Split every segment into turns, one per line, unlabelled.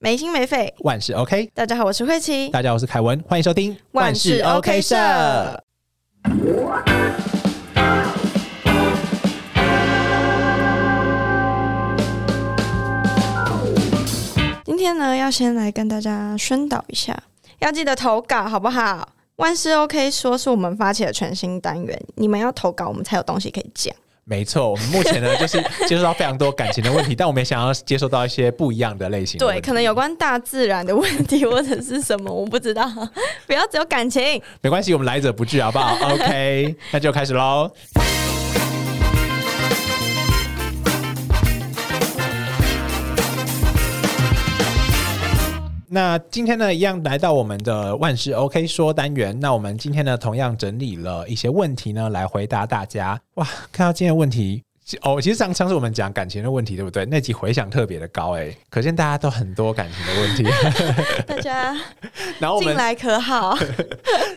没心没肺。
万事 OK。
大家好，我是慧琪，
大家好，我是凯文，欢迎收听
万事 OK 社。今天呢，要先来跟大家宣导一下，要记得投稿，好不好？万事 OK 说是我们发起的全新单元，你们要投稿，我们才有东西可以讲。
没错，我们目前呢就是接受到非常多感情的问题，但我们也想要接受到一些不一样的类型的问
对，
题。
可能有关大自然的问题或者是什么，我不知道。 不要只有感情。
没关系，我们来者不拒，好不好？OK，那就开始喽。那今天呢，一样来到我们的万事 OK 说单元。那我们今天呢，同样整理了一些问题呢，来回答大家。哇，看到今天的问题。其哦，其实上上次我们讲感情的问题，对不对？那集回响特别的高哎、可见大家都很多感情的问题。
大家
然后我
进
们
来可好？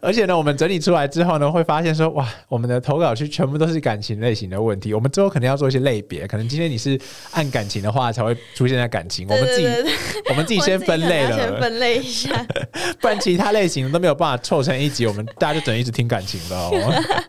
而且呢，我们整理出来之后呢，会发现说，哇，我们的投稿区全部都是感情类型的问题。我们之后可能要做一些类别，可能今天你是按感情的话，才会出现在感情。我们自己，
对对对
我们自己先分类
我自己可能要先
了，
分类一 下。
不然其他类型都没有办法凑成一集，我们大家就只能一直听感情了、 哦。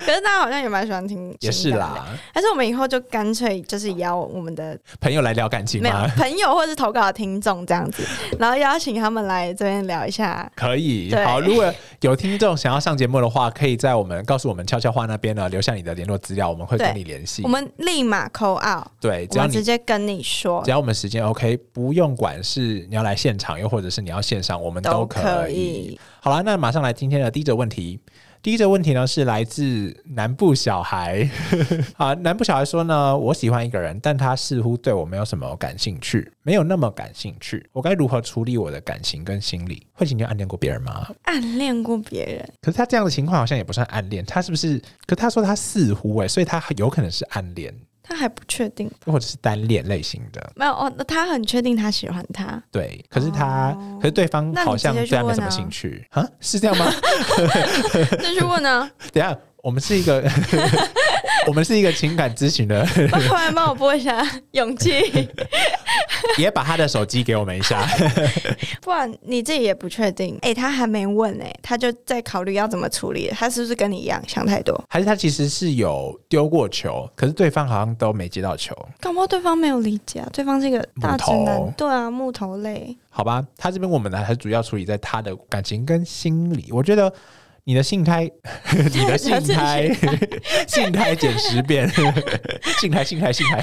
可是大家好像也蛮喜欢听，
也是。啦，
还是我们以后就干脆就是邀我们的
朋友来聊感情
没有
吗？
朋友或是投稿的听众这样子，然后邀请他们来这边聊一下。
可以，
对
好。如果有听众想要上节目的话，可以在我们告诉我们悄悄话那边呢留下你的联络资料，我们会跟
对
你联系
我。们立马扣 out，
对，
我
只要
们
你
直接跟你说
只。要我们时间 OK，不用管是你要来现场，又或者是你要线上，我们
都
都
可
可
以
以。好啦，那马上来今天的第一则问题。第一则问题呢是来自南部小孩， 啊，南部小孩说呢，我喜欢一个人，但他似乎对我没有什么感兴趣，没有那么感兴趣，我该如何处理我的感情跟心理？慧琴，你有暗恋过别人吗？
暗恋过别人，
可是他这样的情况好像也不算暗恋，他是不是？可他说他似乎哎、所以他有可能是暗恋，
他还不确定。
或者是单恋类型的。
没有哦，那他很确定他喜欢 他，
对，可是他，
哦
可是对方
那你
好像
直接
对
去
他没
问
什么
啊
兴趣啊？是这样吗？
就去问啊呢、
等一下，我们是一个， 我们是一个情感咨询的，
啊，后来帮我播一下勇气，
也把他的手机给我们一下。
不然你自己也不确定。哎、他还没问哎、他就在考虑要怎么处理，他是不是跟你一样想太多？
还是他其实是有丢过球，可是对方好像都没接到球。
搞不好对方没有理解啊，对方是一个大直
木
男
头，
对啊，木头类。
好吧，他这边我们呢还是主要处理在他的感情跟心理。我觉得你的性态， 你的性态， 性态减十遍，性态性态性态。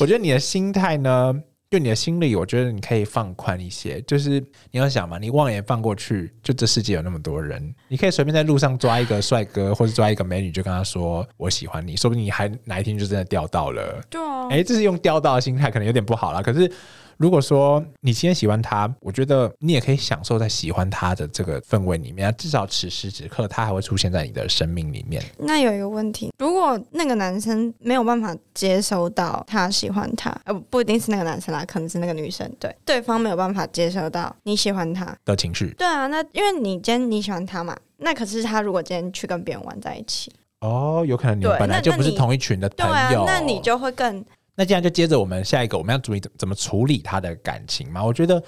我觉得你的心态呢，就你的心理，我觉得你可以放宽一些。就是你要想嘛，你望眼放过去，就这世界有那么多人，你可以随便在路上抓一个帅哥或者抓一个美女，就跟他说我喜欢你，说不定你还哪一天就真的钓到了。
对啊
哎、这是用钓到的心态，可能有点不好啦。可是如果说你今天喜欢他，我觉得你也可以享受在喜欢他的这个氛围里面啊，至少此时此刻他还会出现在你的生命里面。
那有一个问题，如果那个男生没有办法接收到他喜欢他，呃，不不一定是那个男生啦，可能是那个女生，对，对方没有办法接收到你喜欢他，
的情绪
对啊，那因为你今天你喜欢他嘛，那可是他如果今天去跟别人玩在一起，
哦，有可能你们
对
本来
那
就
那
不是
你
同一群的
对
朋
啊
友，，
那你就会更
那这样就接着我们下一个，我们要注意怎怎么处理他的感情嘛？我觉得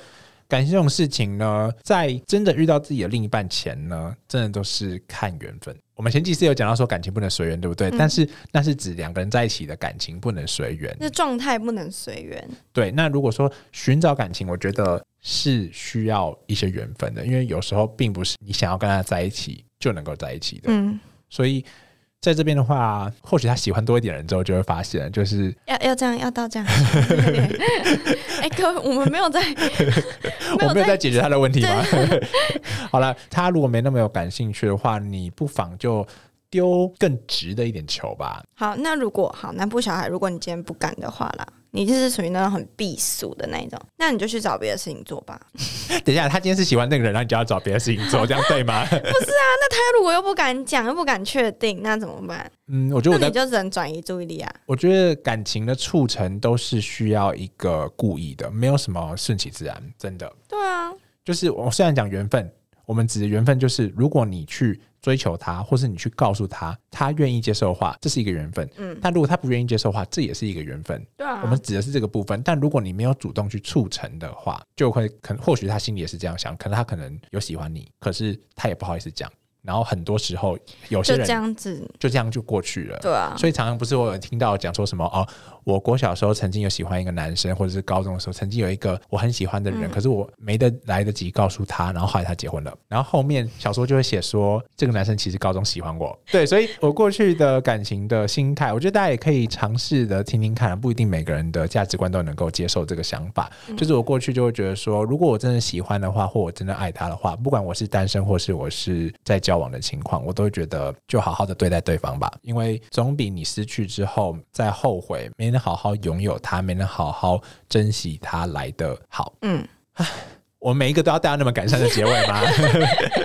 感情这种事情呢，在真的遇到自己的另一半前呢，真的都是看缘分。我们前几次有讲到说感情不能随缘，对不对？
嗯
但是那是指两个人在一起的感情不能随缘。
那状态不能随缘，
对，那如果说寻找感情，我觉得是需要一些缘分的，因为有时候并不是你想要跟他在一起就能够在一起的。
嗯，
所以在这边的话，或许他喜欢多一点人之后，就会发现，就是
要要这样，要到这样。 哎、各位，我们没有 在，没
我
有
没有
在
在解决他的问题吗？ 好了，他如果没那么有感兴趣的话，你不妨就丢更直的一点球吧。
好，那如果好南部小孩，如果你今天不敢的话啦，你就是属于那种很避俗的那一种，那你就去找别的事情做吧。
等一下，他今天是喜欢那个人，然后你就要找别的事情做，这样 对吗？
他如果又不敢讲，又不敢确定，那怎么办？
嗯，我觉得
那
我
你
在，
就只能转移注意力啊。
我觉得感情的促成都是需要一个故意的，没有什么顺其自然，真的。
对啊，
就是我虽然讲缘分，我们指的缘分就是，如果你去追求他，或是你去告诉他，他愿意接受的话，这是一个缘分。
嗯，
但如果他不愿意接受的话，这也是一个缘分。
对啊，
我们指的是这个部分，但如果你没有主动去促成的话，就会可能或许他心里也是这样想，可能他可能有喜欢你，可是他也不好意思讲，然后很多时候有些
就
人
这样子，
就这样就过去了。
对啊，
所以常常不是我有听到讲说什么哦，我国小的时候曾经有喜欢一个男生，或者是高中的时候曾经有一个我很喜欢的人，
嗯
可是我没得来得及告诉他，然后后来他结婚了，然后后面小说就会写说这个男生其实高中喜欢我，对，所以我过去的感情的心态，我觉得大家也可以尝试的听听看，不一定每个人的价值观都能够接受这个想法，就是我过去就会觉得说，如果我真的喜欢的话，或我真的爱他的话，不管我是单身或是我是在交往的情况，我都会觉得就好好的对待对方吧，因为总比你失去之后再后悔，没能好好拥有他，没能好好珍惜他来的好。
嗯，
我们每一个都要带到那么感伤的结尾吗？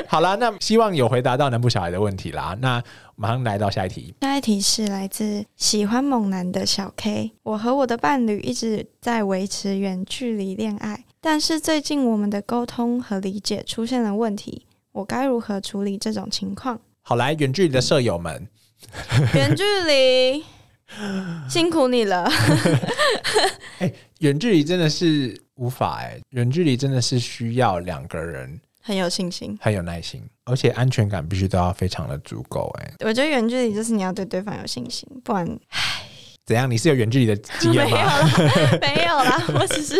好啦，那希望有回答到南部小孩的问题啦。那马上来到下一题，
下一题是来自喜欢猛男的小 K。我和我的伴侣一直在维持远距离恋爱，但是最近我们的沟通和理解出现了问题，我该如何处理这种情 况？
好来远距离的舍友们，
远距离，辛苦你了。
远距离真的是无法哎、远距离真的是需要两个人
很有信心，
很有耐心，而且安全感必须都要非常的足够哎、
我觉得远距离就是你要对对方有信心，不然
怎样？你是有远距离的经
没
验
有
吗？
啦，没有啦。我只是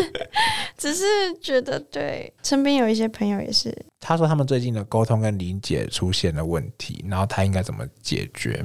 只是觉得，对身边有一些朋友也是，
他说他们最近的沟通跟理解出现了问题，然后他应该怎么解决？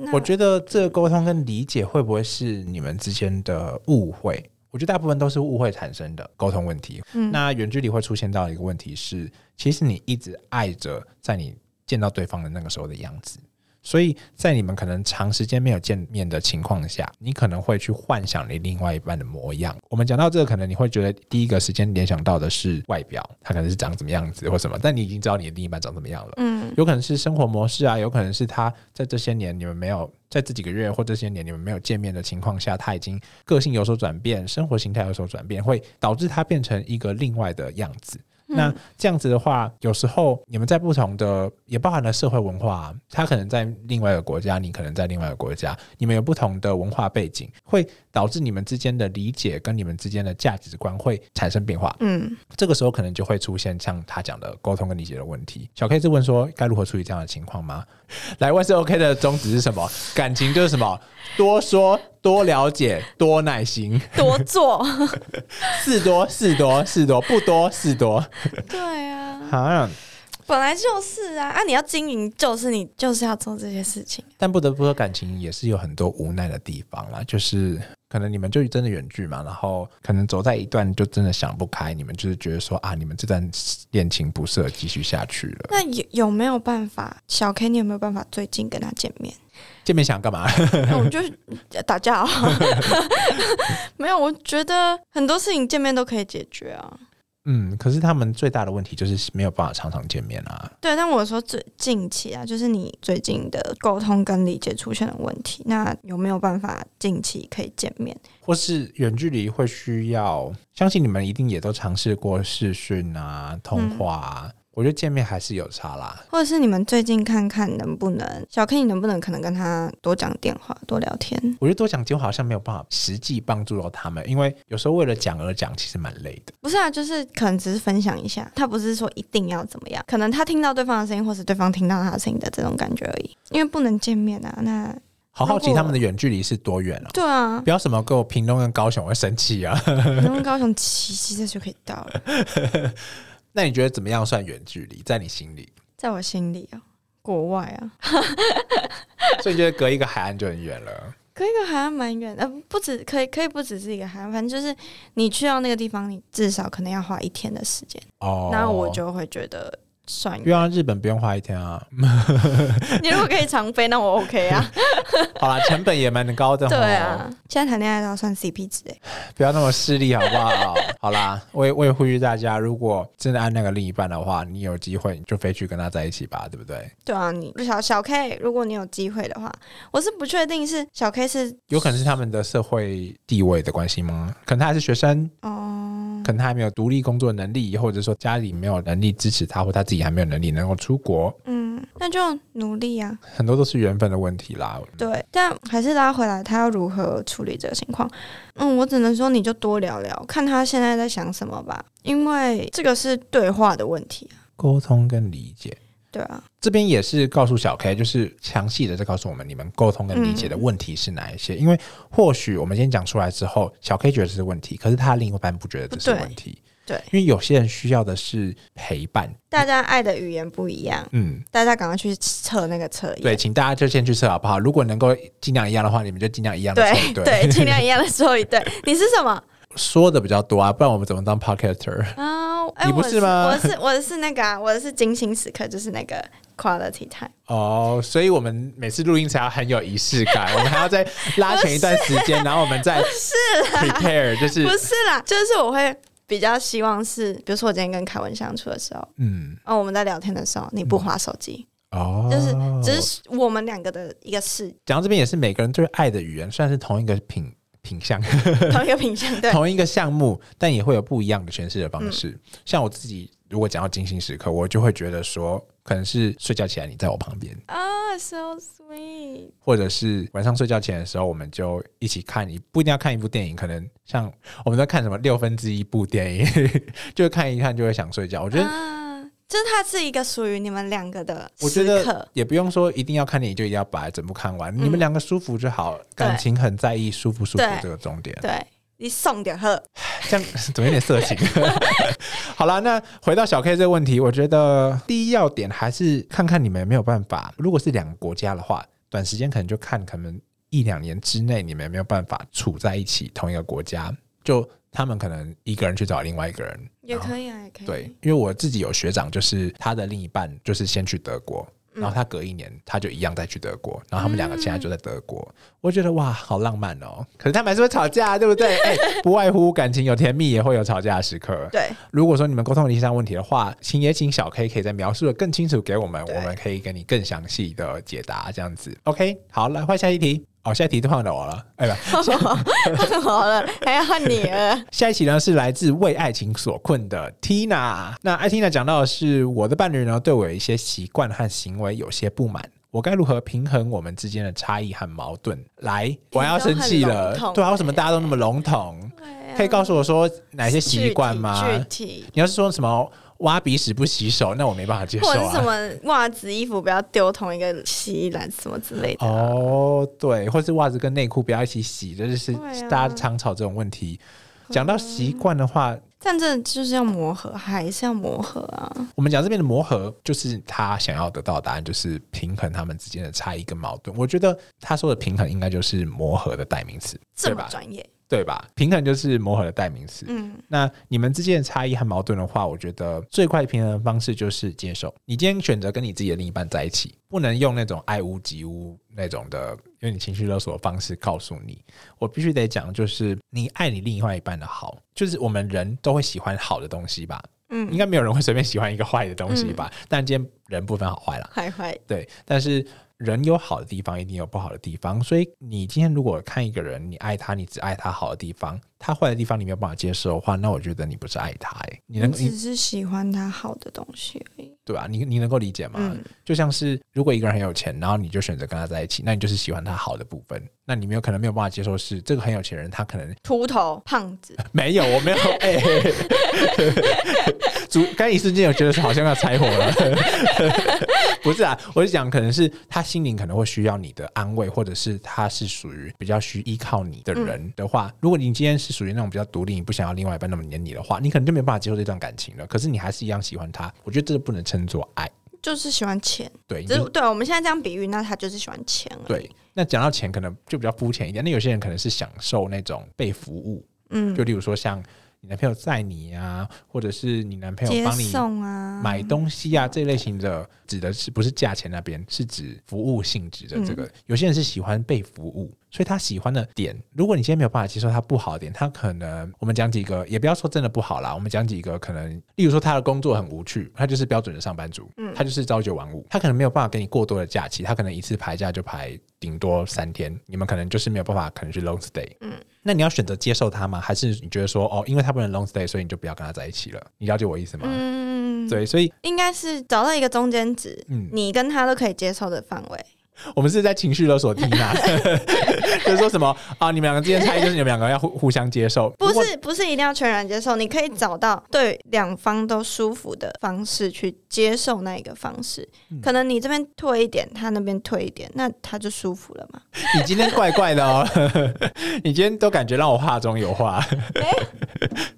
那
我觉得这个沟通跟理解会不会是你们之间的误会？我觉得大部分都是误会产生的沟通问题。
嗯
那远距离会出现到一个问题是，其实你一直爱着在你见到对方的那个时候的样子，所以在你们可能长时间没有见面的情况下，你可能会去幻想你另外一半的模样。我们讲到这个，可能你会觉得第一个时间联想到的是外表，他可能是长什么样子或什么，但你已经知道你的另一半长什么样了。
嗯
有可能是生活模式啊，有可能是他在这些年你们没有在这几个月或这些年你们没有见面的情况下，他已经个性有所转变，生活形态有所转变，会导致他变成一个另外的样子。那这样子的话，有时候你们在不同的，也包含了社会文化啊、他可能在另外一个国家，你可能在另外一个国家，你们有不同的文化背景，会导致你们之间的理解跟你们之间的价值观会产生变化。
嗯，
这个时候可能就会出现像他讲的沟通跟理解的问题。小 K 是问说该如何处理这样的情况吗？来万事 OK 的宗旨是什么？感情就是什么？多说、多了解、多耐心，
多做，
事多事多事多，不多事多。
对啊，
啊！
本来就是啊，啊，你要经营，就是你就是要做这些事情，
但不得不说，感情也是有很多无奈的地方啦，就是。可能你们就真的远距嘛，然后可能走在一段就真的想不开，你们就是觉得说啊，你们这段恋情不适合继续下去了。
那有有没有办法？小 K，你有没有办法最近跟他见面？
见面想干嘛？
那我们就是打架、啊， 没有，我觉得很多事情见面都可以解决啊。
嗯，可是他们最大的问题就是没有办法常常见面啊。
对，但我说最近期啊，就是你最近的沟通跟理解出现了问题，那有没有办法近期可以见面？
或是远距离会需要，相信你们一定也都尝试过视讯啊、通话啊，
嗯
我觉得见面还是有差啦。
或者是你们最近看看能不能，小 K 你能不能可能跟他多讲电话，多聊天？
我觉得多讲电话好像没有办法实际帮助到他们，因为有时候为了讲而讲，其实蛮累的。
不是啊，就是可能只是分享一下，他不是说一定要怎么样，可能他听到对方的声音，或是对方听到他的声音的这种感觉而已，因为不能见面啊。那
好好奇
如果
他们的远距离是多远啊？
对啊，
不要什么给我屏东跟高雄，我会生气啊！
能不能高雄骑骑车就可以到了，
那你觉得怎么样算远距离？在你心里，
在我心里哦，国外啊，
所以你觉得隔一个海岸就很远了？
可以跟海岸蛮远的，呃，不止可以可以不只是一个海岸，反正就是你去到那个地方，你至少可能要花一天的时间，
哦，
那我就会觉得算
因为
远。
像日本不用花一天啊。
你如果可以长飞，那我 OK 啊。
好啦，成本也蛮高的。
对啊，，现在谈恋爱都要算 CP 值哎。
不要那么势利好不好？ 好啦，我也我也呼吁大家，如果真的爱那个另一半的话，你有机会你就非去跟他在一起吧，对不对？
对啊，你小小 K，如果你有机会的话，我是不确定是小 K 是
有可能是他们的社会地位的关系吗？可能他还是学生，
哦、
可能他还没有独立工作能力，或者说家里没有能力支持他，或他自己还没有能力能够出国，
嗯，那就努力啊。
很多都是缘分的问题啦。
对，但还是拉回来，他要如何处理这个情况？嗯，我只能说你就多聊聊，看他现在在想什么吧，因为这个是对话的问题啊。
沟通跟理解，
对啊，
这边也是告诉小 K，就是详细的在告诉我们你们沟通跟理解的问题是哪一
嗯
些。因为或许我们今天讲出来之后，小 K 觉得这是问题，可是他另一半不觉得这是问题。
嗯对
因为有些人需要的是陪伴。
大家爱的语言不一样，
嗯，
大家赶快去测那个测验。
对，请大家就先去测好不好？如果能够尽量一样的话，你们就尽量一样的测。
对对，尽量一样的说一对。你是什么
说的比较多啊，不然我们怎么当 podcaster？
啊？哎
你不
我
是吗
我是我是那个啊，我是精心时刻，就是那个 quality time。
哦，所以我们每次录音才要很有仪式 感，我们还要再拉前一段时间，然后我们再 prepare，就是
不是啦，就是我会比较希望是，比如说我今天跟凯文相处的时候，
嗯
哦，我们在聊天的时候，你不划手机，
哦，
就是只是我们两个的一个 事，
讲到这边也是每个人对爱的语言算是同一个品品相，
同一个品相，对，嗯
同一个项目，但也会有不一样的诠释的方式。像我自己，如果讲到精心时刻，我就会觉得说，可能是睡觉起来你在我旁边，
啊、s o sweet，
或者是晚上睡觉前的时候，我们就一起看一，不一定要看一部电影，可能像我们在看什么六分之一部电影， 就看一看就会想睡觉。我觉得。
啊，就是它是一个属于你们两个的
我觉
时
得
刻，
也不用说一定要看电影就一定要把整部看完，
嗯
你们两个舒服就好，感情很在意舒不舒服
对
这个重点。
对你送点喝，
这样怎么有点色情？ 好啦，那回到小 K 这个问题，我觉得第一要点还是看看你们有没有办法。如果是两个国家的话，短时间可能就看可能一两年之内你们有没有办法处在一起同一个国家，就他们可能一个人去找另外一个人，
也可以啊，也可以，
对，，因为我自己有学长，就是他的另一半就是先去德国，
嗯
然后他隔一年他就一样再去德国，然后他们两个现在就在德国。我觉得哇，好浪漫哦！可是他们还是会吵架，对不 对？哎，不外乎感情有甜蜜，也会有吵架的时刻。
对，
如果说你们沟通理解上问题的话，请也请小 K 可以再描述的更清楚给我们，
对
我们可以给你更详细的解答。这样子，OK？好，来换下一题。哦，下一题就换了我了。哎，不，
好了，还要换你了，
下一期呢是来自为爱情所困的 Tina。那艾 Tina 讲到的是我的伴侣呢对我有一些习惯和行为有些不满，我该如何平衡我们之间的差异和矛盾？来，我要生气了
你都很笼，统嗯
对啊，为什么大家都那么 笼统？
啊
可以告诉我说哪些习惯吗？
具体。具体
你要是说什么挖鼻屎不洗手，那我没办法接受
或者是什
啊。
么袜子、衣服不要丢同一个洗衣篮，什么之类的啊。
哦，对，或是袜子跟内裤不要一起洗，这就是
对啊嗯
大家常吵这种问题。讲到习惯的话，
但这就是要磨合，还是要磨合啊？
我们讲这边的磨合，就是他想要得到的答案，就是平衡他们之间的差异跟矛盾。我觉得他说的平衡应该就是磨合的代名词，
这
对
么
吧？
专业，
对吧？平衡就是磨合的代名词。
嗯，
那你们之间的差异和矛盾的话，我觉得最快平衡的方式就是接受。你今天选择跟你自己的另一半在一起，不能用那种爱屋及乌那种的，因为你情绪勒索的方式告诉你。我必须得讲，就是你爱你另外一半的好，就是我们人都会喜欢好的东西吧。
嗯
应该没有人会随便喜欢一个坏的东西吧？但今天人不分好坏啦，
坏坏，
对。但是人有好的地方，一定有不好的地方。所以你今天如果看一个人，你爱他，你只爱他好的地方，他坏的地方你没有办法接受的话，那我觉得你不是爱他、欸，你能你
只是喜欢他好的东西而已。
对吧、啊你你能够理解吗？
嗯，
就像是如果一个人很有钱，然后你就选择跟他在一起，那你就是喜欢他好的部分。那你没有可能没有办法接受是这个很有钱人，他可能
秃头、胖子，
没有，我没有。哎、主刚一瞬间有觉得是好像要拆伙了， 不是啊，我是讲可能是他心灵可能会需要你的安慰，或者是他是属于比较需依靠你的人的话，如果你今天是属于那种比较独立，你不想要另外一半那么黏你的话，你可能就没办法接受这段感情了。可是你还是一样喜欢他，我觉得这不能称作爱。
就是喜欢钱。
对，
只
你
是对啊我们现在这样比喻，那他就是喜欢钱而已。
对，。那讲到钱，可能就比较肤浅一点。那有些人可能是享受那种被服务，
嗯，
就例如说像你男朋友载你啊，或者是你男朋友
接
帮你
送啊，
买东西啊这类型的，指的是不是价钱那边，是指服务性质的这个。有些人是喜欢被服务，所以他喜欢的点，如果你今天没有办法接受他不好的点，他可能我们讲几个，也不要说真的不好啦，我们讲几个可能，例如说他的工作很无趣，他就是标准的上班族，他就是朝九晚五，他可能没有办法给你过多的假期，他可能一次排假就排顶多三天，你们可能就是没有办法，可能是 long stay。那你要选择接受他吗？还是你觉得说哦，因为他不能 long stay，所以你就不要跟他在一起了？你了解我意思吗？
嗯，
对，所以
应该是找到一个中间值，
嗯
你跟他都可以接受的范围。
我们是在情绪勒索听 啊，就是说什么啊，你们两个之间差异就是你们两个要互互相接受，
不
如果
是不是一定要全然接受，你可以找到对两方都舒服的方式去接受那一个方式。
嗯
可能你这边退一点，他那边退一点，那他就舒服了嘛。
你今天怪怪的哦， 你今天都感觉让我话中有话，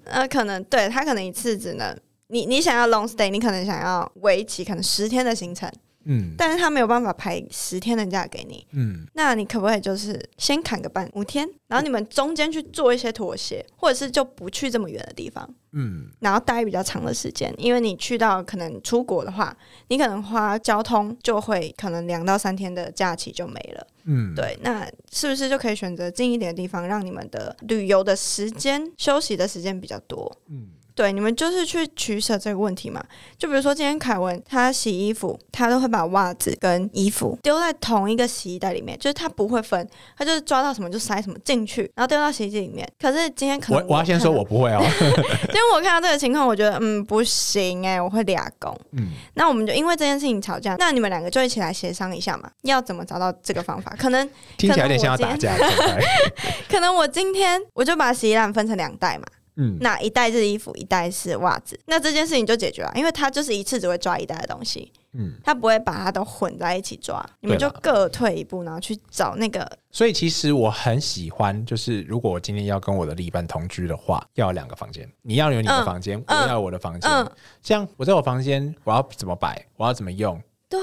呃，可能对他可能一次只能你你想要 long stay，你可能想要为期可能十天的行程，
嗯
但是他没有办法排十天的假给你。
嗯，
那你可不可以就是先砍个半五天，然后你们中间去做一些妥协，或者是就不去这么远的地方？
嗯，
然后待比较长的时间，因为你去到可能出国的话，你可能花交通就会可能两到三天的假期就没了。
嗯，
对，那是不是就可以选择近一点的地方，让你们的旅游的时间、休息的时间比较多？
嗯
对，你们就是去取舍这个问题嘛。就比如说今天凯文他洗衣服，他都会把袜子跟衣服丢在同一个洗衣袋里面，就是他不会分，他就是抓到什么就塞什么进去，然后丢到洗衣机里面。可是今天可能
我我要先
看
说
到
我不会哦，
因为我看到这个情况，我觉得嗯不行哎、我会俩工。
嗯
那我们就因为这件事情吵架，那你们两个就一起来协商一下嘛，要怎么找到这个方法？可能
听起来有点像要打架，对不对
可能我今天我就把洗衣篮分成两袋嘛，
嗯
那一袋是衣服，一袋是袜子，那这件事情就解决了，因为他就是一次只会抓一袋的东西，
嗯，
他不会把它都混在一起抓。你们就各退一步，然后去找那个
所以其实我很喜欢，就是如果我今天要跟我的另一半同居的话，要有两个房间，你要有你的
嗯
房间，
嗯
我要有我的房间，
嗯，
这样我在我房间我要怎么摆，我要怎么用，
对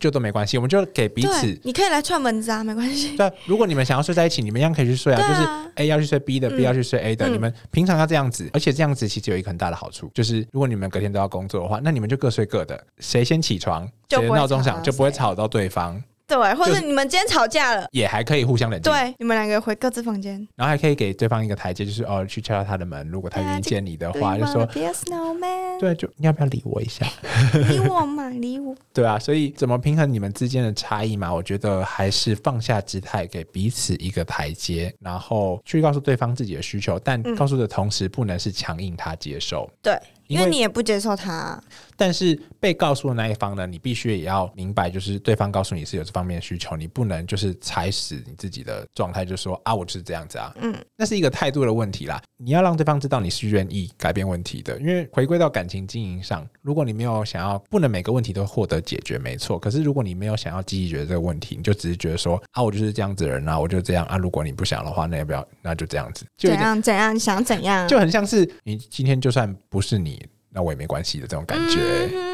就都没关系，我们就给彼此
对，你可以来串门子啊，没关 系。
对，如果你们想要睡在一起，你们一样可以去睡啊，
对啊
就是 A 要去睡 B 的、b
嗯
要去睡 A 的，
嗯
你们平常要这样子，而且这样子其实有一个很大的好处，就是如果你们隔天都要工作的话，那你们就各睡各的，谁先起床，
就
谁的
不会
闹钟
吵
响
到
就不会
谁
吵到对方，
对，或
就
者
是
你们今天吵架了，
也还可以互相冷静，
对，你们两个回各自房间。
然后还可以给对方一个台阶，就是哦去敲敲他的门，如果他
对啊
愿意
这
见你的
Do
话，
you
就
wanna
说
be a snowman？
对，就你要不要理我一下？
理我嘛，理我。
对啊，所以怎么平衡你们之间的差异嘛？我觉得还是放下姿态，给彼此一个台阶，然后去告诉对方自己的需求，但
嗯
告诉的同时不能是强硬他接受，
对，
因
因
为
为你也不接受他，
但是被告诉的那一方呢，你必须也要明白，就是对方告诉你是有这方面的需求，你不能就是踩死你自己的状态，就说啊我就是这样子啊，
嗯，
那是一个态度的问题啦。你要让对方知道你是愿意改变问题的，因为回归到感情经营上，如果你没有想要，不能每个问题都获得解决，没错。可是如果你没有想要积极解决这个问题，你就只是觉得说啊我就是这样子的人啊，我就这样啊，如果你不想的话，那要不要那就这样啊子，就有
怎
点
样怎样，你想怎样，
就很像是你今天就算不是你，那我也没关系的这种感觉、
嗯哼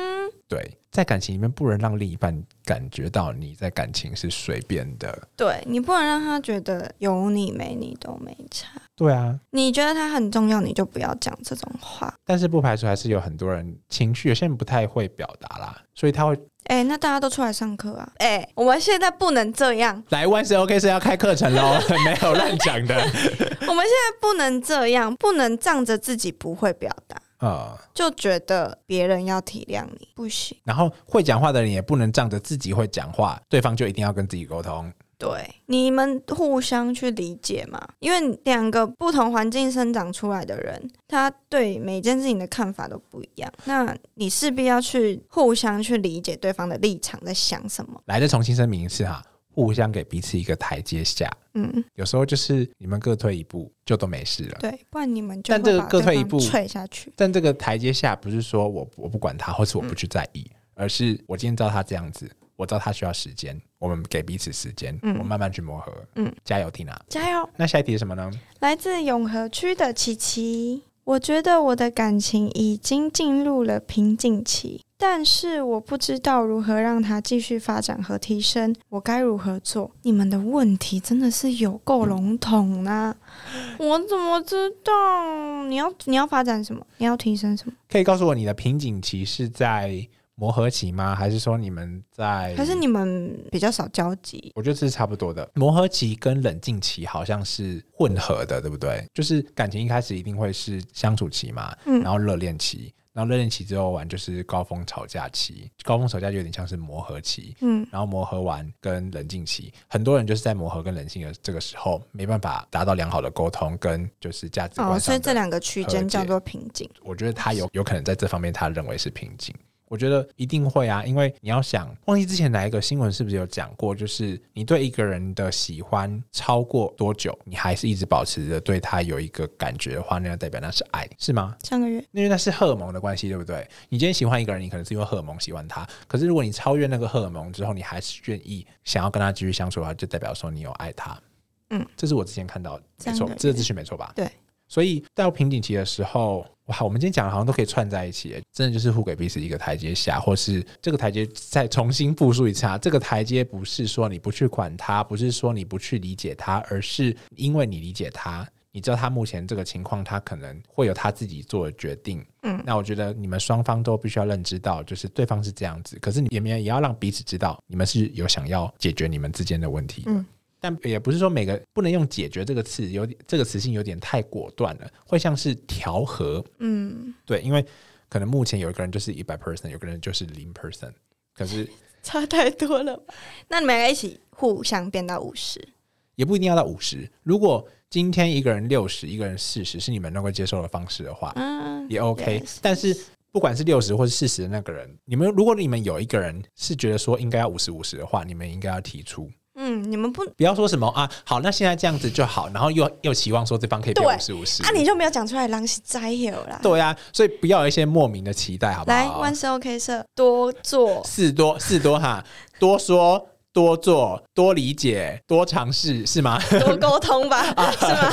对，在感情里面不能让另一半感觉到你在感情是随便的。
对你不能让他觉得有你没你都没差。
对啊，
你觉得他很重要，你就不要讲这种话。
但是不排除还是有很多人情绪，有些人不太会表达啦，所以他会
哎、那大家都出来上课啊！哎、我们现在不能这样，
来万事 OK 是要开课程喽， 没有乱讲的。
我们现在不能这样，不能仗着自己不会表达，
嗯，
就觉得别人要体谅你，不行。
然后会讲话的人也不能仗着自己会讲话，对方就一定要跟自己沟通。
对，你们互相去理解嘛，因为两个不同环境生长出来的人，他对每件事情的看法都不一样，那你势必要去互相去理解对方的立场在想什么。
来，再重新声明一次哈，互相给彼此一个台阶下。
嗯，
有时候就是你们各退一步，就都没事了。
对，不然你们就
但这个
会把
各退一
对方
步
踹下去。
但这个台阶下不是说我我不管他，或是
嗯
我不去在意，而是我今天知道他这样子，我知道他需要时间，我们给彼此时间，
嗯
我慢慢去磨合。
嗯，
加油，Tina。
加油！
那下一题是什么呢？
来自永和区的琪琪，我觉得我的感情已经进入了瓶颈期，但是我不知道如何让它继续发展和提升，我该如何做？你们的问题真的是有够笼统啊！我怎么知道你要你要发展什么？你要提升什么？
可以告诉我你的瓶颈期是在磨合期吗？还是说你们在？
还是？你们比较少交集？
我觉得这是差不多的，磨合期跟冷静期好像是混合的，对不对？就是感情一开始一定会是相处期嘛，
嗯
然后热恋期，然后热恋期之后玩就是高峰吵架期，高峰吵架就有点像是磨合期，
嗯，
然后磨合完跟冷静期，很多人就是在磨合跟冷静的这个时候没办法达到良好的沟通跟就是价值观上的、
哦，所以这两个区间叫做瓶颈。
我觉得他有有可能在这方面他认为是瓶颈。我觉得一定会啊，因为你要想，忘记之前哪一个新闻是不是有讲过，就是你对一个人的喜欢超过多久，你还是一直保持着对他有一个感觉的话，那就代表那是爱，是吗？
上个月
因为那是荷尔蒙的关系，对不对？你今天喜欢一个人，你可能是因为荷尔蒙喜欢他，可是如果你超越那个荷尔蒙之后，你还是愿意想要跟他继续相处的话，就代表说你有爱他。
嗯，
这是我之前看到的，没
这样
错
的，
这个资讯没错吧？
对。
所以到瓶颈期的时候，哇，我们今天讲的好像都可以串在一起耶，真的就是互给彼此一个台阶下，或是这个台阶再重新复述一次啊。这个台阶不是说你不去管他，不是说你不去理解他，而是因为你理解他，你知道他目前这个情况，他可能会有他自己做的决定。
嗯
那我觉得你们双方都必须要认知到，就是对方是这样子，可是你也没有也要让彼此知道，你们是有想要解决你们之间的问题的。
嗯
但也不是说每个不能用“解决”这个词，有点这个词性有点太果断了，会像是调和。
嗯，
对，因为可能目前有一个人就是一百 percent，有个人就是零 percent，可是
差太多了吧？那你们要一起互相变到五十，
也不一定要到五十。如果今天一个人六十，一个人四十，是你们能够接受的方式的话，
嗯，
也 OK
Yes。
但是不管是六十或是四十的那个人，你们如果你们有一个人是觉得说应该要五十五十的话，你们应该要提出，
嗯，你们不
不要说什么啊，好，那现在这样子就好，然后又又期望说对方可以变
对
五十五十
啊，。你就没有讲出来，狼是摘有啦。
对啊，所以不要有一些莫名的期待，好不
来，
好
万？事 OK 社多 做，
事多事多哈，多说多做多理解多尝试 是吗？
多沟通 吧，是吗？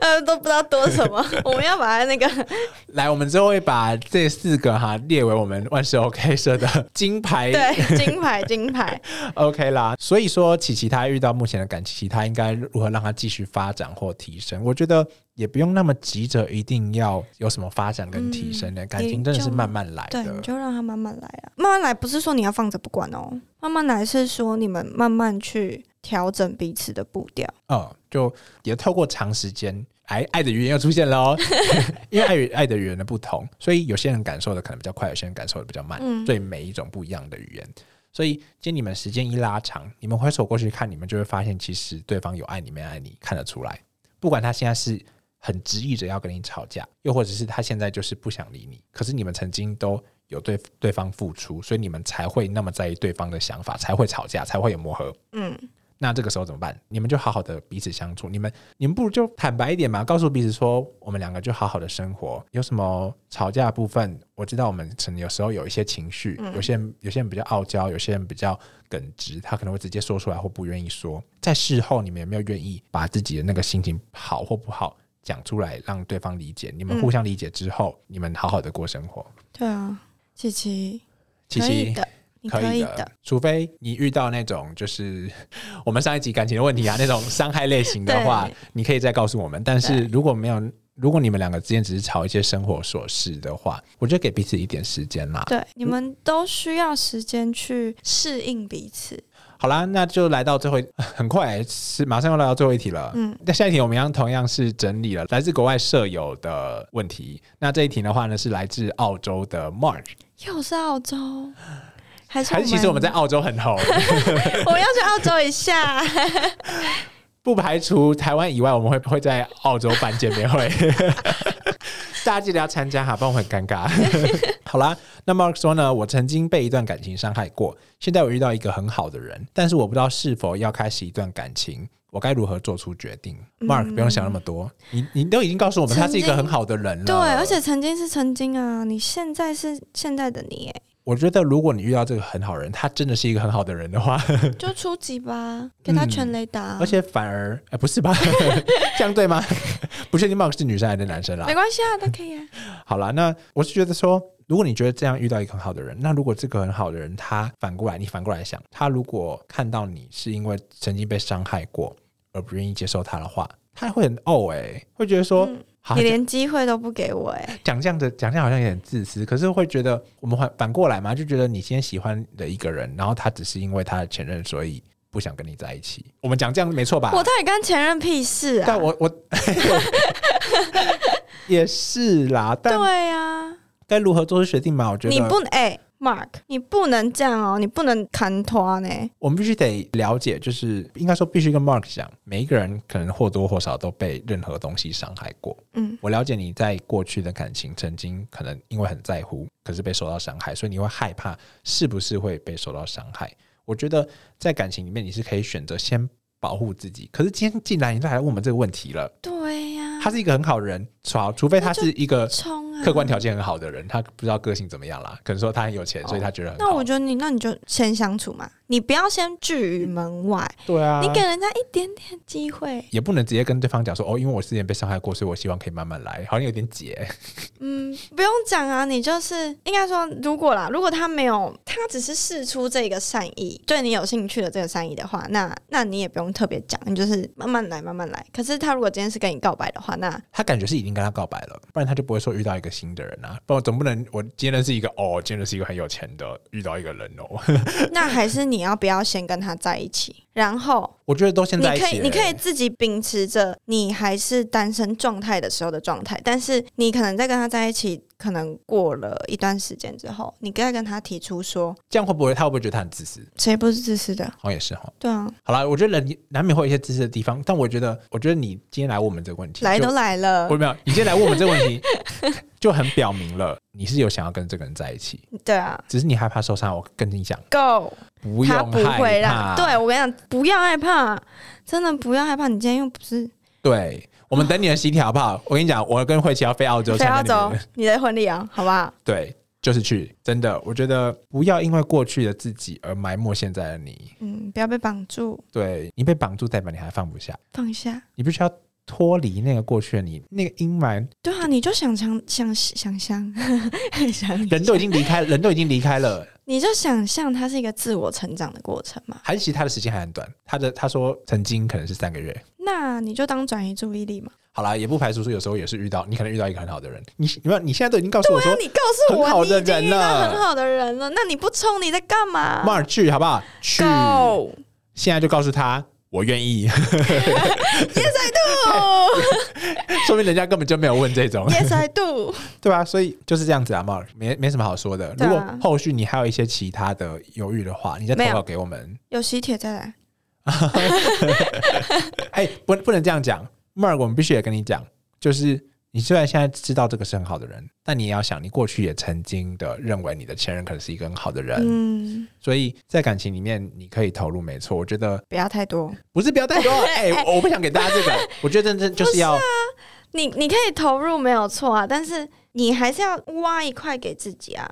呃，都不知道多什么，我们要把它那个
来，我们之后会把这四个哈列为我们万事 OK 社的金牌
对金牌金 牌，
OK 啦，所以说琪琪她遇到目前的感情，琪琪她应该如何让她继续发展或提升？我觉得也不用那么急着一定要有什么发展跟提升的、感情真的是慢慢来
嗯对，你
的。
就让它慢慢来啊，慢慢来不是说你要放着不管哦，慢慢来是说你们慢慢去调整彼此的步调，
嗯，就也透过长时间，哎，爱的语言又出现了哦， 因为爱与爱的语言的不同，所以有些人感受的可能比较快，有些人感受的比较慢，
嗯
所以每一种不一样的语言。所以，今天你们时间一拉长，你们回首过去看，你们就会发现，其实对方有爱你，没爱你，看得出来。不管他现在是很执意着要跟你吵架，又或者是他现在就是不想理你，可是你们曾经都有对对方付出，所以你们才会那么在意对方的想法，才会吵架，才会有磨合。
嗯，
那这个时候怎么办？你们就好好的彼此相处，你们你们不如就坦白一点嘛，告诉彼此说，我们两个就好好的生活，有什么吵架的部分，我知道我们可能有时候有一些情绪，
嗯
有些人有些人比较傲娇，有些人比较耿直，他可能会直接说出来或不愿意说。在事后，你们有没有愿意把自己的那个心情好或不好讲出来，让对方理解？你们互相理解之后，你们好好的过生活。
对啊，琪琪，
琪
可以
琪，
的，你
可以
以
的，除非你遇到那种就是我们上一集感情的问题啊，那种伤害类型的话
对，
你可以再告诉我们。但是
对
如果没有，如果你们两个之间只是吵一些生活琐事的话，我觉得给彼此一点时间啦。
对，你们都需要时间去适应彼此。
好啦，那就来到最后一，很快是马上要来到最后一题了。
嗯，
那下一题我们一样同样是整理了来自国外舍友的问题。那这一题的话呢，是来自澳洲的 Mark，
又是澳洲，还是
还是其实我们在澳洲很 红。
我们要去澳洲一 下。
不排除台湾以外，我们会会在澳洲办见面会， 大家记得要参加哈，不然我会很尴 尬。好啦，那 Mark 说呢，我曾经被一段感情伤害过，现在我遇到一个很好的人，但是我不知道是否要开始一段感情，我该如何做出决定？Mark 不用想那么多，你你都已经告诉我们他是一个
曾经
很好的人了，
对，而且曾经是曾经啊，你现在是现在的你， 哎，
我觉得如果你遇到这个很好人，他真的是一个很好的人的话，
就初级吧，给他全雷达。
而且反而哎、不是吧？ 这样对吗？ 不确定 Mark 是女生还是男生啦
没。关系啊，都可以啊。
好啦，那我是觉得说，如果你觉得这样遇到一个很好的人，那如果这个很好的人他反过来，你反过来想，他如果看到你是因为曾经被伤害过而不愿意接受他的话，他会很怄哎、会觉得说，
嗯
好
你连机会都不给我，哎，
讲这样的讲这样好像有点自私，可是会觉得我们反反过来嘛，就觉得你今天喜欢的一个人，然后他只是因为他的前任，所以不想跟你在一起。我们讲这样没错吧？
我到底跟前任屁事啊
但？我我 也是啦，但
对啊，
该如何做出决定嘛？我觉得
你不哎、Mark，你不能这样哦，你不能砍拖呢。
我们必须得了解，就是应该说必须跟 Mark 讲，每一个人可能或多或少都被任何东西伤害过。
嗯，
我了解你在过去的感情曾经可能因为很在乎，可是被受到伤害，所以你会害怕是不是会被受到伤害。我觉得在感情里面，你是可以选择先保护自己。可是今天进来，你再来问我们这个问题了，
对呀、
他是一个很好人，好，除非他是一个
冲啊！
客观条件很好的人，他不知道个性怎么样啦，可能说他很有钱，所以他觉得很好。
那我觉得你，那你就先相处嘛，你不要先拒于门外，
对嗯啊，
你给人家一点点机会。
也不能直接跟对方讲说哦，因为我之前被伤害过，所以我希望可以慢慢来，好像有点解。
嗯，不用讲啊，你就是应该说，如果啦，如果他没有，他只是试出这个善意，对你有兴趣的这个善意的话，那那你也不用特别讲，你就是慢慢来，慢慢来。可是他如果今天是跟你告白的话，那
他感觉是已经跟他告白了，不然他就不会说遇到一个新的人啊，不然我总不能我今天认识一个哦，今天认识一个很有钱的，遇到一个人哦，
那还是你要不要先跟他在一起，然后
我觉得都现
你
在一
可
起
以，
了
你可以自己秉持着你还是单身状态的时候的状态，但是你可能在跟他在一起，可能过了一段时间之后，你再跟他提出说，
这样会不会他会不会觉得他很自私？
谁不是自私的？
好像也是哈。
对啊，
好啦，我觉得人难免会有一些自私的地方，但我觉得，我觉得你今天来问我们这个问题，
来
就
都来了
我，没有，你今天来问我们这个问题， 就很表明了你是有想要跟这个人在一起，
对啊
只是你害怕受伤。我跟你讲，
，Go，
不
他
用
不会
害
让，
怕，
对我跟你讲，不要害怕，真的不要害怕，你今天又不是
对，我们等你的喜帖好不好？我跟你讲，我跟慧琪要飞澳洲
非
参加
要
你们
走
的，
你的婚礼啊，好不 好？
对，就是去，真的，我觉得不要因为过去的自己而埋没现在的你。
嗯，不要被绑住，
对你被绑住，代表你还放不下，
放下。
你必须要脱离那个过去的你，那个阴霾。
对啊，你就想想想想象， 想
人都已经离开，人都已经离开了，
你就想象它是一个自我成长的过程嘛，
还是其实他的时间还很短。他的他说曾经可能是三个月，
那你就当转移注意力嘛。
好啦，也不排除说有时候也是遇到你可能遇到一个很好的人，你你你现在都已经告诉我
那
说
啊你告诉
很好
我，你
的
已经遇
人啊
到
了
很好的人了，那你不冲你在干嘛
马尔去好不好？去，
？Go
现在就告诉他我愿意，
Yes I do
说明人家根本就没有问这 种，
Yes I do
对吧、所以就是这样子啊，马尔没没什么好说的。
对
如
啊
果后续你还有一些其他的犹豫的话，你再投
没
稿
有
给我们。
有喜帖再来，
哎、不不能这样讲，马尔，我们必须也跟你讲，就是你虽然现在知道这个是很好的人，但你也要想，你过去也曾经的认为你的前任可能是一个很好的人，
嗯，
所以在感情里面你可以投入，没错。我觉得
不要太多。
不是不要 太多，哎、我我不想给大家这个，我觉得真正就是要
啊你你可以投入没有错啊，但是你还是要挖一块给自己啊。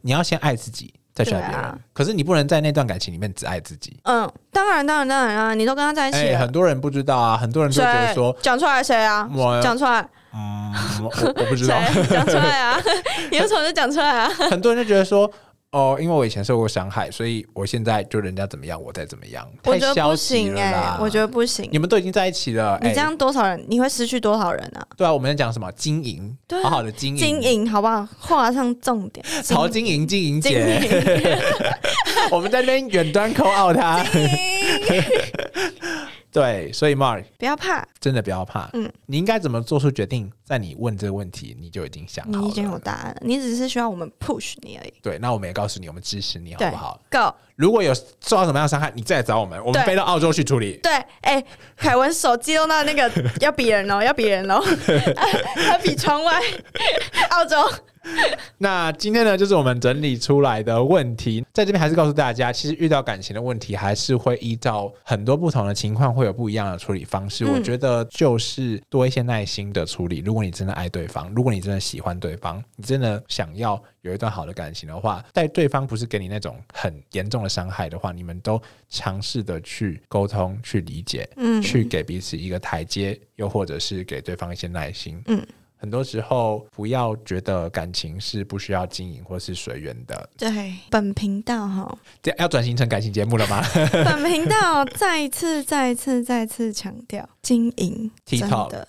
你要先爱自己，再去爱别人。
对啊
可是你不能在那段感情里面只爱自己。
嗯，当然当然当然啊，你都跟他在一起
哎、
了，
很多人不知道啊，很多人就觉得说，
谁讲出来谁啊？
我
讲出来
嗯，我我不知
谁
道，？
讲出来啊！ 你有什么就讲出来啊！
很多人就觉得说。哦，因为我以前受过伤害，所以我现在就人家怎么样，我再怎么样，
我
太
觉得
消
不
极
行
了
哎、
啦。
我觉得不行。
你们都已经在一起了，
你
哎
这样多少人，你会失去多少人啊？
对啊，我们在讲什么经营，
对啊
好好的经营，
经营好不好？画上重点。
曹经营经营
经
姐，
营，
我们在那边远端 call out 他， 对，所以 Mark
不要怕，
真的不要怕，
嗯
你应该怎么做出决定，在你问这个问题，你就已经想好了，
你已经有答案了，你只是需要我们 push 你而已。
对，那我们也告诉你，我们支持你，好
对
不好？
Go，
如果有受到什么样的伤害，你再来找我们，我们
对
飞到澳洲去处理。
对，哎、凯文手机用到那个要比人哦，要 比人哦，他比窗外 澳洲。
那今天呢，就是我们整理出来的问题，在这边还是告诉大家，其实遇到感情的问题，还是会依照很多不同的情况，会有不一样的处理方式。
嗯
我觉得就是多一些耐心的处理。如果你真的爱对方，如果你真的喜欢对方，你真的想要有一段好的感情的话，在对方不是给你那种很严重的伤害的话，你们都尝试的去沟通、去理解，
嗯
去给彼此一个台阶，又或者是给对方一些耐心。
嗯，
很多时候不要觉得感情是不需要经营或是随缘的。
对，本频道哈，
这要转型成感情节目了吗
本频道再一次、再一次、再一次强调经营，真
TikTok
的，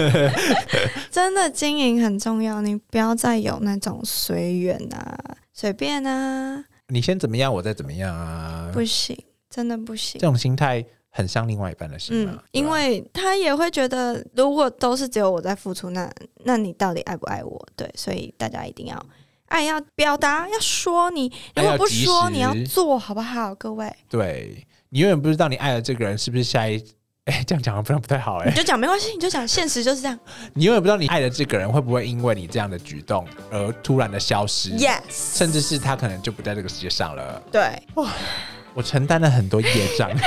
真的经营很重要。你不要再有那种随缘啊、随便啊，
你先怎么样，我再怎么样啊？
不行，真的不行
这。种心态很像另外一半的心
嗯
嘛，啊对吧，
因为他也会觉得，如果都是只有我在付出，那那你到底爱不爱我？对，所以大家一定要爱，要表达，要说你，如
哎爱要
果不
及
说，
时哎
你要做好不好？各位，
对你永远不知道你爱的这个人是不是下一。 哎、这样讲好像不不太好哎、
你就讲没关系，你就讲，现实就是这样。
你永远不知道你爱的这个人会不会因为你这样的举动而突然的消失
Yes，
嗯甚至是他可能就不在这个世界上了。
对，
我承担了很多业障。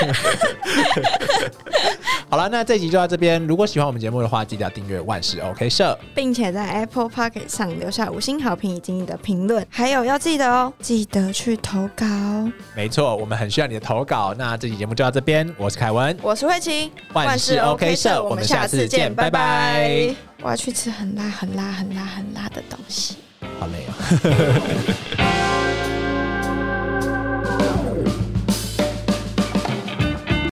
好了，那这集就到这边。如果喜欢我们节目的话，记得要订阅万事 OK 社。
并且在 Apple p o c k e t 上留下五星好评以及你的评论，还有要记得哦，记得去投稿哦。
没错，我们很需要你的投稿。那这期节目就到这边，我是凯文，
我是慧琪，
万事 OK 社，我们下次见，拜拜。。
我要去吃很辣、很辣、很辣、很辣的东西。
好累哦。